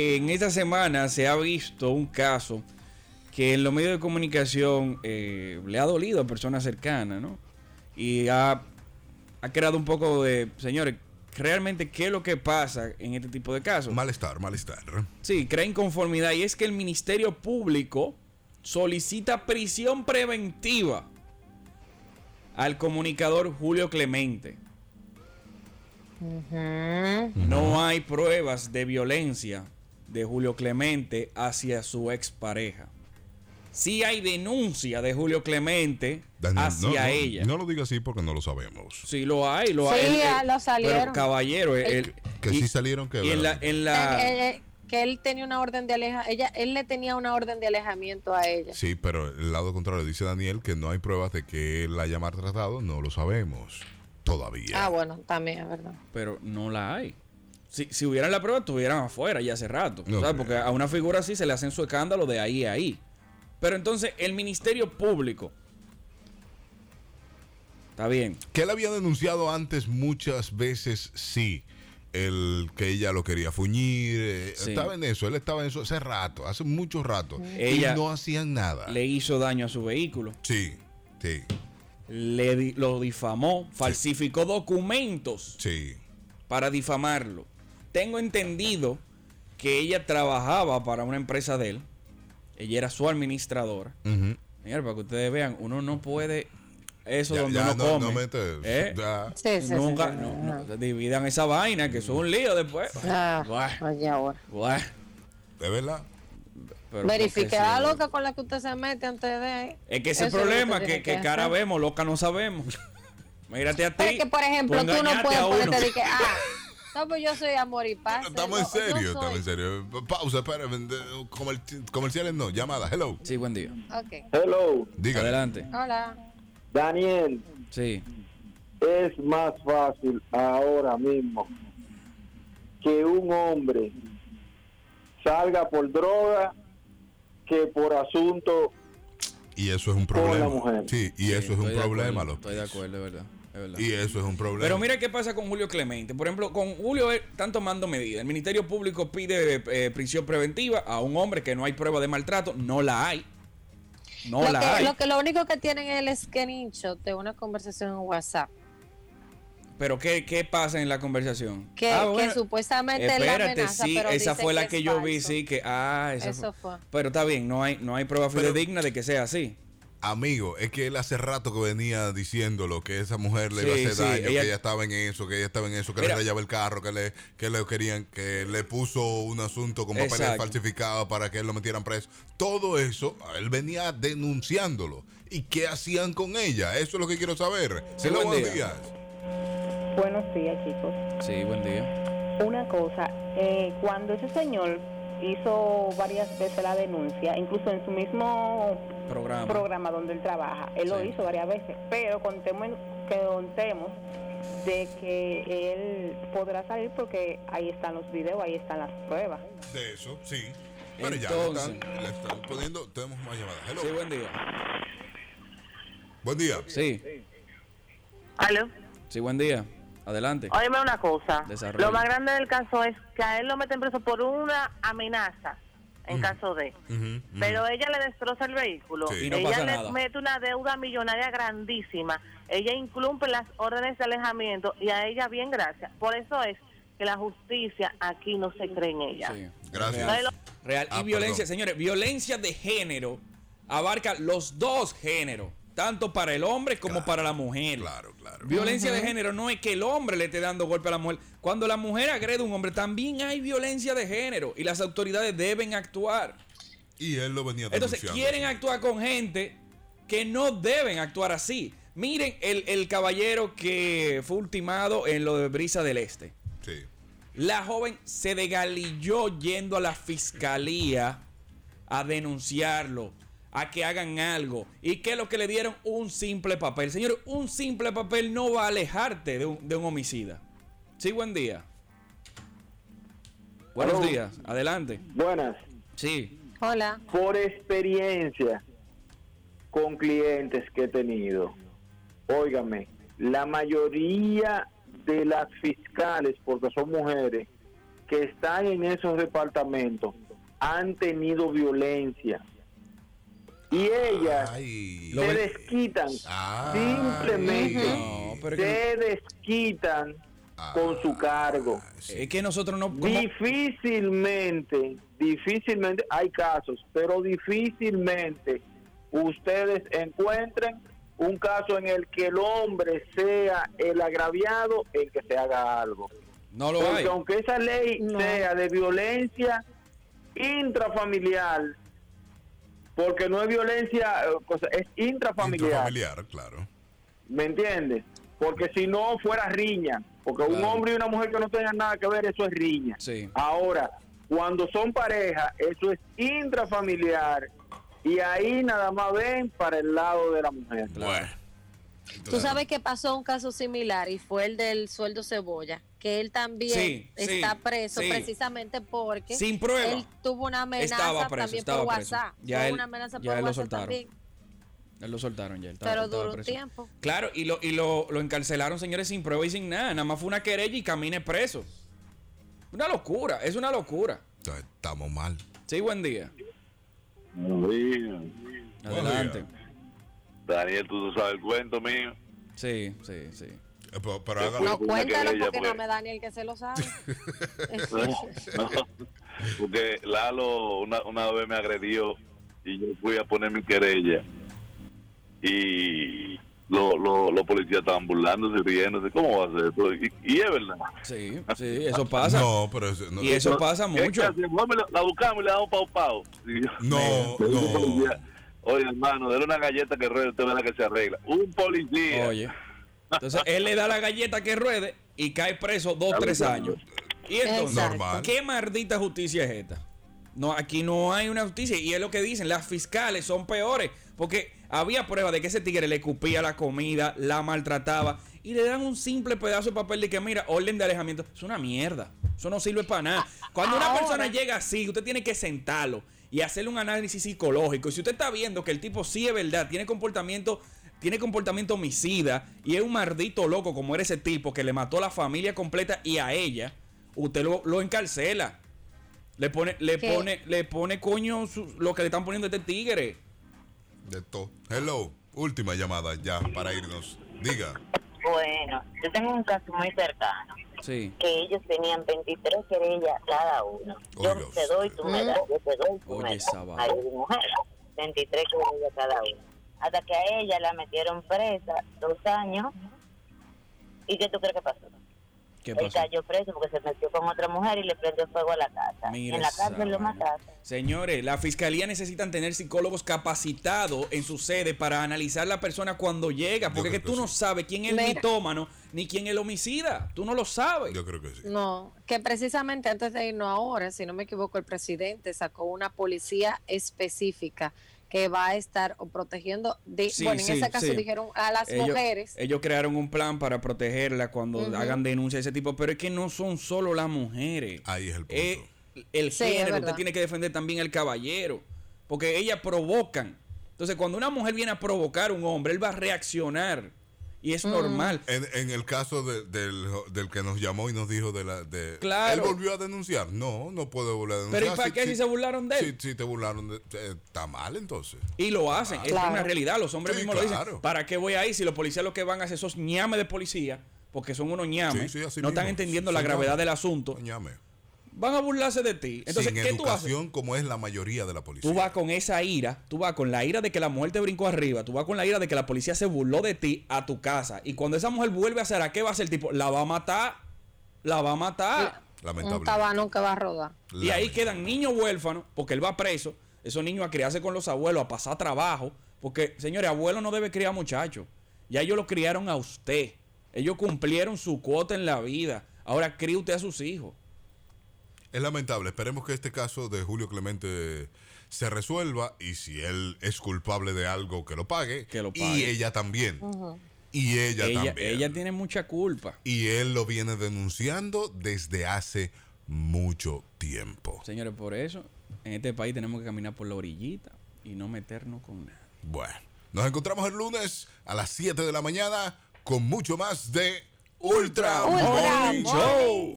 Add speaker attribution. Speaker 1: En esta semana se ha visto un caso que en los medios de comunicación eh, le ha dolido a personas cercanas, ¿no? Y ha, ha creado un poco de, señores, realmente qué es lo que pasa en este tipo de casos.
Speaker 2: Malestar, malestar.
Speaker 1: Sí, crea inconformidad y es que el Ministerio Público solicita prisión preventiva al comunicador Julio Clemente. No hay pruebas de violencia de Julio Clemente hacia su expareja. Sí hay denuncia de Julio Clemente
Speaker 2: Daniel,
Speaker 1: hacia
Speaker 2: no, no,
Speaker 1: ella.
Speaker 2: No lo diga así porque no lo sabemos.
Speaker 1: Sí lo hay, lo
Speaker 3: Sí,
Speaker 1: hay. Eh,
Speaker 3: ya lo salieron.
Speaker 1: Pero caballero, el-
Speaker 2: Que
Speaker 1: y-
Speaker 2: sí salieron que...
Speaker 1: y en la, en la-
Speaker 3: Él- él- él- eh, que él tenía una orden de aleja, ella, él le tenía una orden de alejamiento a ella.
Speaker 2: Sí, pero el lado contrario dice Daniel que no hay pruebas de que él haya maltratado, no lo sabemos todavía.
Speaker 3: Ah, bueno, también es verdad.
Speaker 1: pero no la hay. Si, si hubieran la prueba, estuvieran afuera ya hace rato.
Speaker 2: No
Speaker 1: ¿sabes?
Speaker 2: creo.
Speaker 1: Porque a una figura así se le hacen su escándalo de ahí a ahí. Pero entonces, el Ministerio Público. Está bien.
Speaker 2: Que él había denunciado antes muchas veces, sí. El que ella lo quería fuñir. eh,
Speaker 1: Sí.
Speaker 2: Estaba en eso, él estaba en eso hace rato, hace mucho rato.
Speaker 1: Ella-
Speaker 2: y no hacían nada.
Speaker 1: Le hizo daño a su vehículo.
Speaker 2: Sí, sí,
Speaker 1: Le di- lo difamó. Falsificó documentos
Speaker 2: sí.
Speaker 1: para difamarlo. Tengo entendido que ella trabajaba para una empresa de él. Ella era su administradora.
Speaker 2: Ujú.
Speaker 1: Señor, para que ustedes vean, uno no puede. Eso
Speaker 2: Ya-
Speaker 1: donde
Speaker 2: ya
Speaker 1: uno come.
Speaker 2: no metes-
Speaker 1: ¿Eh?
Speaker 2: ya.
Speaker 3: Sí, sí,
Speaker 1: Nunca,
Speaker 3: sí, sí,
Speaker 1: no,
Speaker 3: sí.
Speaker 1: no, dividan esa vaina, que eso es un lío después.
Speaker 3: Ah,
Speaker 1: Bueno,
Speaker 3: oye, ahora.
Speaker 1: bueno,
Speaker 2: ¿De verdad?
Speaker 1: pero porque
Speaker 3: Verifique
Speaker 1: sí.
Speaker 3: la loca con la que usted se mete antes de.
Speaker 1: Es que ese
Speaker 3: Eso
Speaker 1: problema,
Speaker 3: lo
Speaker 1: que,
Speaker 3: tiene
Speaker 1: que cara
Speaker 3: hacer.
Speaker 1: vemos, loca no sabemos. Mírate a ti.
Speaker 3: Pero es que, por ejemplo, tú, no
Speaker 1: engañaste
Speaker 3: puedes
Speaker 1: a uno.
Speaker 3: ponerte de que, ah, no, pues yo soy amor y paz. eh,
Speaker 2: Estamos en
Speaker 3: No, yo
Speaker 2: serio,
Speaker 3: soy-
Speaker 2: estamos en serio. Pa- Pausa, espérame. de- comer- Comerciales no, llamada, hello.
Speaker 1: Sí, buen día.
Speaker 3: Ok,
Speaker 4: Hello,
Speaker 2: Dígale.
Speaker 1: Adelante.
Speaker 3: hola.
Speaker 4: Daniel,
Speaker 1: Sí.
Speaker 4: es más fácil ahora mismo que un hombre salga por droga que por asunto.
Speaker 2: Y eso es un
Speaker 4: Con la
Speaker 2: problema.
Speaker 4: mujer.
Speaker 2: Sí, y
Speaker 1: Sí,
Speaker 2: eso es un
Speaker 1: estoy de
Speaker 2: problema.
Speaker 1: acuerdo,
Speaker 2: los
Speaker 1: Estoy de
Speaker 2: pies.
Speaker 1: acuerdo, es verdad. es verdad.
Speaker 2: Y eso es un problema.
Speaker 1: Pero mira qué pasa con Julio Clemente. Por ejemplo, con Julio eh, están tomando medidas. El Ministerio Público pide eh, prisión preventiva a un hombre que no hay prueba de maltrato. No la hay. No
Speaker 3: lo,
Speaker 1: la
Speaker 3: que,
Speaker 1: hay.
Speaker 3: lo que lo único que tienen es el esquenicho de una conversación en WhatsApp.
Speaker 1: Pero ¿qué, qué pasa en la conversación?
Speaker 3: Que,
Speaker 1: Ah,
Speaker 3: que
Speaker 1: bueno.
Speaker 3: supuestamente es la
Speaker 1: Espérate,
Speaker 3: amenaza,
Speaker 1: sí,
Speaker 3: pero
Speaker 1: esa
Speaker 3: dicen
Speaker 1: fue la
Speaker 3: es
Speaker 1: que, yo vi,
Speaker 3: falso.
Speaker 1: sí, que... Ah, esa
Speaker 3: Eso
Speaker 1: fue.
Speaker 3: fue.
Speaker 1: Pero está bien, no hay, no hay prueba
Speaker 2: Pero-
Speaker 1: fidedigna de que sea así.
Speaker 2: Amigo, es que él hace rato que venía diciéndolo, que esa mujer le iba a
Speaker 1: Sí,
Speaker 2: hacer
Speaker 1: sí,
Speaker 2: daño,
Speaker 1: ella-
Speaker 2: que ella estaba en eso, que ella estaba en eso, que
Speaker 1: Mira.
Speaker 2: le rayaba el carro, que le, que le querían, que le puso un asunto con papeles
Speaker 1: Exacto.
Speaker 2: falsificados para que él lo metieran preso. Todo eso, él venía denunciándolo. ¿Y qué hacían con ella? Eso es lo que quiero saber.
Speaker 1: Sí,
Speaker 2: Hello,
Speaker 1: buen
Speaker 2: buenos
Speaker 1: día.
Speaker 2: días.
Speaker 5: Buenos días, chicos.
Speaker 1: Sí, buen día.
Speaker 5: Una cosa, eh, cuando ese señor hizo varias veces la denuncia, incluso en su mismo
Speaker 1: Programa.
Speaker 5: programa donde él trabaja, él lo
Speaker 1: Ah, Sí.
Speaker 5: hizo varias veces, pero contemos que contemos de que él podrá salir porque ahí están los videos, ahí están las pruebas.
Speaker 2: De eso, sí. Pero ya le están, le están poniendo, tenemos más llamadas. Hello.
Speaker 1: Sí, buen día.
Speaker 2: Buen día.
Speaker 1: Sí,
Speaker 6: Aló.
Speaker 1: sí, buen día. Adelante.
Speaker 6: Óyeme una cosa.
Speaker 1: Desarrollo.
Speaker 6: Lo más grande del caso es que a él lo meten preso por una amenaza en caso de.
Speaker 2: Ujú, ujú.
Speaker 6: Pero ella le destroza el vehículo.
Speaker 2: Sí. Y
Speaker 1: Mm. no
Speaker 6: ella
Speaker 1: pasa
Speaker 6: le
Speaker 1: nada.
Speaker 6: mete una deuda millonaria grandísima. Ella incumple las órdenes de alejamiento y a ella bien gracias. Por eso es que la justicia aquí no se cree en ella.
Speaker 1: Sí.
Speaker 2: Gracias.
Speaker 1: Real. Real.
Speaker 2: Ah,
Speaker 1: y violencia,
Speaker 2: perdón.
Speaker 1: señores, violencia de género abarca los dos géneros, tanto para el hombre como
Speaker 2: Claro,
Speaker 1: para la mujer.
Speaker 2: Claro, claro.
Speaker 1: Violencia de género no es que el hombre le esté dando golpe a la mujer. Cuando la mujer agrede a un hombre, también hay violencia de género y las autoridades deben actuar.
Speaker 2: Y él lo venía
Speaker 1: Entonces,
Speaker 2: denunciando.
Speaker 1: quieren actuar con gente que no deben actuar así. Miren el, el caballero que fue ultimado en lo de Brisa del Este.
Speaker 2: Sí.
Speaker 1: La joven se degalilló yendo a la fiscalía a denunciarlo, a que hagan algo. ¿Y qué es lo que le dieron? Un simple papel. Señor, un simple papel no va a alejarte de un, de un homicida. Sí, buen día. Buenos
Speaker 4: Aló.
Speaker 1: días, adelante.
Speaker 4: Buenas,
Speaker 1: Sí,
Speaker 3: Hola.
Speaker 4: por experiencia con clientes que he tenido, óigame, la mayoría de las fiscales, porque son mujeres, que están en esos departamentos han tenido violencia. Y ellas
Speaker 2: Ay.
Speaker 1: Lo
Speaker 4: se
Speaker 1: ven-
Speaker 4: desquitan,
Speaker 2: Ay.
Speaker 4: simplemente
Speaker 1: No, Ah. pero es que,
Speaker 4: se desquitan con su cargo.
Speaker 1: es que nosotros no. ¿cómo?
Speaker 4: Difícilmente, difícilmente, hay casos, pero difícilmente ustedes encuentren un caso en el que el hombre sea el agraviado, el que se haga algo.
Speaker 1: No lo hay.
Speaker 4: Porque aunque esa ley
Speaker 3: No.
Speaker 4: sea de violencia intrafamiliar, porque no es violencia, eh, cosa- es intrafamiliar,
Speaker 2: Familiar, claro.
Speaker 4: ¿me entiendes? Porque si no fuera riña, porque un
Speaker 1: Claro.
Speaker 4: hombre y una mujer que no tengan nada que ver, eso es riña.
Speaker 1: Sí.
Speaker 4: Ahora, cuando son pareja, eso es intrafamiliar y ahí nada más ven para el lado de la mujer.
Speaker 2: Bueno.
Speaker 3: Tú
Speaker 2: Entonces,
Speaker 3: sabes que pasó un caso similar y fue el del sueldo cebolla, que él también
Speaker 1: Sí, sí,
Speaker 3: está preso
Speaker 1: sí.
Speaker 3: precisamente porque
Speaker 1: Sin prueba.
Speaker 3: él tuvo una amenaza
Speaker 1: Estaba preso,
Speaker 3: también
Speaker 1: estaba
Speaker 3: por
Speaker 1: preso.
Speaker 3: WhatsApp.
Speaker 1: Ya
Speaker 3: tuvo
Speaker 1: él-
Speaker 3: una amenaza
Speaker 1: ya
Speaker 3: por
Speaker 1: él lo
Speaker 3: WhatsApp
Speaker 1: soltaron.
Speaker 3: también.
Speaker 1: Él lo soltaron ya. él estaba-
Speaker 3: Pero
Speaker 1: estaba
Speaker 3: duró un
Speaker 1: preso.
Speaker 3: tiempo.
Speaker 1: Claro, y lo, y lo, lo encarcelaron, señores, sin prueba y sin nada. Nada más fue una querella y camine preso. Una locura, es una locura.
Speaker 2: entonces estamos mal.
Speaker 1: Sí, buen día.
Speaker 2: Buen
Speaker 1: Adelante.
Speaker 7: Daniel, tú sabes el cuento mío.
Speaker 1: Sí, sí, sí.
Speaker 2: Eh, Pero, pero hágalo.
Speaker 7: Una
Speaker 3: No, cuéntalo
Speaker 7: querella,
Speaker 3: porque no
Speaker 7: pues.
Speaker 3: me da ni el que se lo sabe.
Speaker 7: No, porque Lalo una, una vez me agredió y yo fui a poner mi querella. Y lo- lo- los policías estaban burlándose, riéndose. ¿Cómo va a ser esto? Y, y es verdad.
Speaker 1: Sí, sí, eso pasa.
Speaker 2: No, pero eso- no,
Speaker 1: Y eso pasa
Speaker 7: ¿Qué
Speaker 1: mucho.
Speaker 7: que hacemos? Vamos y la- La buscamos y le damos pau pau. Y yo-
Speaker 2: no,
Speaker 7: Le digo,
Speaker 2: no.
Speaker 7: policía, Oye, hermano, dale una galleta que ruede, usted verá que se arregla. Un policía.
Speaker 1: Oye. Entonces, él le da la galleta que ruede y cae preso dos, tres años. Y entonces,
Speaker 3: Exacto.
Speaker 2: Normal.
Speaker 1: ¿qué maldita justicia es esta? No, aquí no hay una justicia. Y es lo que dicen, las fiscales son peores. Porque había prueba de que ese tigre le escupía la comida, la maltrataba. Y le dan un simple pedazo de papel de que, mira, orden de alejamiento. Es una mierda. Eso no sirve para nada. Cuando una
Speaker 3: Ah, Ahora-
Speaker 1: persona llega así, usted tiene que sentarlo y hacerle un análisis psicológico. Y si usted está viendo que el tipo sí es verdad, tiene comportamiento, tiene comportamiento homicida y es un maldito loco como era ese tipo que le mató a la familia completa y a ella, usted lo, lo encarcela. Le pone, le
Speaker 3: ¿Qué?
Speaker 1: pone, le pone coño su- lo que le están poniendo a este tigre.
Speaker 2: De todo. Hello. Última llamada ya para irnos. Diga.
Speaker 8: Bueno, yo tengo un caso muy cercano,
Speaker 1: Sí.
Speaker 8: que ellos tenían 23 querellas cada uno. Yo
Speaker 2: Oiga
Speaker 8: te doy,
Speaker 6: Mm.
Speaker 8: tú me das, yo te doy, tú
Speaker 1: Oye,
Speaker 8: me das.
Speaker 1: esa vaina.
Speaker 8: Hay mujer, 23 querellas cada uno. Hasta que a ella la metieron presa dos años. ¿Y qué tú crees que pasó?
Speaker 1: ¿Qué
Speaker 8: Él
Speaker 1: pasó?
Speaker 8: cayó preso porque se metió con otra mujer y le prendió fuego a la casa.
Speaker 1: Mira
Speaker 8: en la
Speaker 1: esa
Speaker 8: cárcel lo
Speaker 1: vaina.
Speaker 8: mataron.
Speaker 1: Señores, la fiscalía necesitan tener psicólogos capacitados en su sede para analizar la persona cuando llega,
Speaker 2: Yo
Speaker 1: porque es que
Speaker 2: creo
Speaker 1: tú
Speaker 2: que
Speaker 1: no
Speaker 2: sí.
Speaker 1: sabes quién es el
Speaker 3: Mira.
Speaker 1: mitómano ni quién es el homicida. Tú no lo sabes.
Speaker 2: Yo creo que sí.
Speaker 3: No, que precisamente antes de irnos ahora, si no me equivoco, el presidente sacó una policía específica que va a estar o protegiendo, de,
Speaker 1: Sí,
Speaker 3: bueno, en
Speaker 1: sí,
Speaker 3: ese caso
Speaker 1: sí.
Speaker 3: dijeron a las
Speaker 1: ellos,
Speaker 3: mujeres.
Speaker 1: ellos crearon un plan para protegerla cuando
Speaker 3: Ujú.
Speaker 1: hagan denuncias de ese tipo, pero es que no son solo las mujeres.
Speaker 2: Ahí es el punto.
Speaker 1: Es el
Speaker 3: Sí, es
Speaker 1: género, usted
Speaker 3: verdad.
Speaker 1: tiene que defender también al caballero, porque ellas provocan. Entonces, cuando una mujer viene a provocar a un hombre, él va a reaccionar y
Speaker 3: Mm.
Speaker 1: es normal.
Speaker 2: En, en el caso de- del, del que nos llamó y nos dijo de la de
Speaker 1: Claro.
Speaker 2: él volvió a denunciar. No, no puede volver a denunciar. Ah,
Speaker 1: Pero ¿y para qué si se burlaron de él?
Speaker 2: Si, si te burlaron de, eh, está mal entonces.
Speaker 1: Y lo hacen, es
Speaker 3: Claro.
Speaker 1: una realidad. Los hombres
Speaker 2: Sí,
Speaker 1: mismos lo
Speaker 2: claro.
Speaker 1: dicen. ¿Para qué voy ahí si los policías lo que van a hacer esos ñames de policía? Porque son unos ñames.
Speaker 2: Sí, sí, así
Speaker 1: no están
Speaker 2: mismo.
Speaker 1: entendiendo
Speaker 2: Sí,
Speaker 1: la
Speaker 2: sí,
Speaker 1: gravedad
Speaker 2: ñame.
Speaker 1: del asunto.
Speaker 2: Coñame.
Speaker 1: Van a burlarse de ti. Entonces,
Speaker 2: Sin
Speaker 1: ¿qué tú haces?
Speaker 2: educación como es la mayoría de la policía.
Speaker 1: Tú vas con esa ira, tú vas con la ira de que la mujer te brincó arriba, tú vas con la ira de que la policía se burló de ti a tu casa. Y cuando esa mujer vuelve a hacer, ¿a qué va a hacer el tipo? La va a matar, la va a matar.
Speaker 3: Un
Speaker 2: Lamentablemente.
Speaker 3: tabano que va a rodar.
Speaker 1: Y ahí
Speaker 2: Lamentable.
Speaker 1: quedan niños huérfanos, porque él va preso, esos niños a criarse con los abuelos, a pasar trabajo, porque, señores, abuelo no debe criar muchachos. Ya ellos lo criaron a usted. Ellos cumplieron su cuota en la vida. Ahora cría usted a sus hijos.
Speaker 2: Es lamentable. Esperemos que este caso de Julio Clemente se resuelva y si él es culpable de algo, que lo pague.
Speaker 1: Que lo
Speaker 2: Y
Speaker 1: pague.
Speaker 2: ella también. Y ella,
Speaker 1: Ella,
Speaker 2: también.
Speaker 1: ella tiene mucha culpa.
Speaker 2: Y él lo viene denunciando desde hace mucho tiempo.
Speaker 1: Señores, por eso en este país tenemos que caminar por la orillita y no meternos con nada.
Speaker 2: Bueno, nos encontramos el lunes a las 7 de la mañana con mucho más de Ultra,
Speaker 3: Ultra
Speaker 2: Morning
Speaker 3: Morning.
Speaker 2: Show.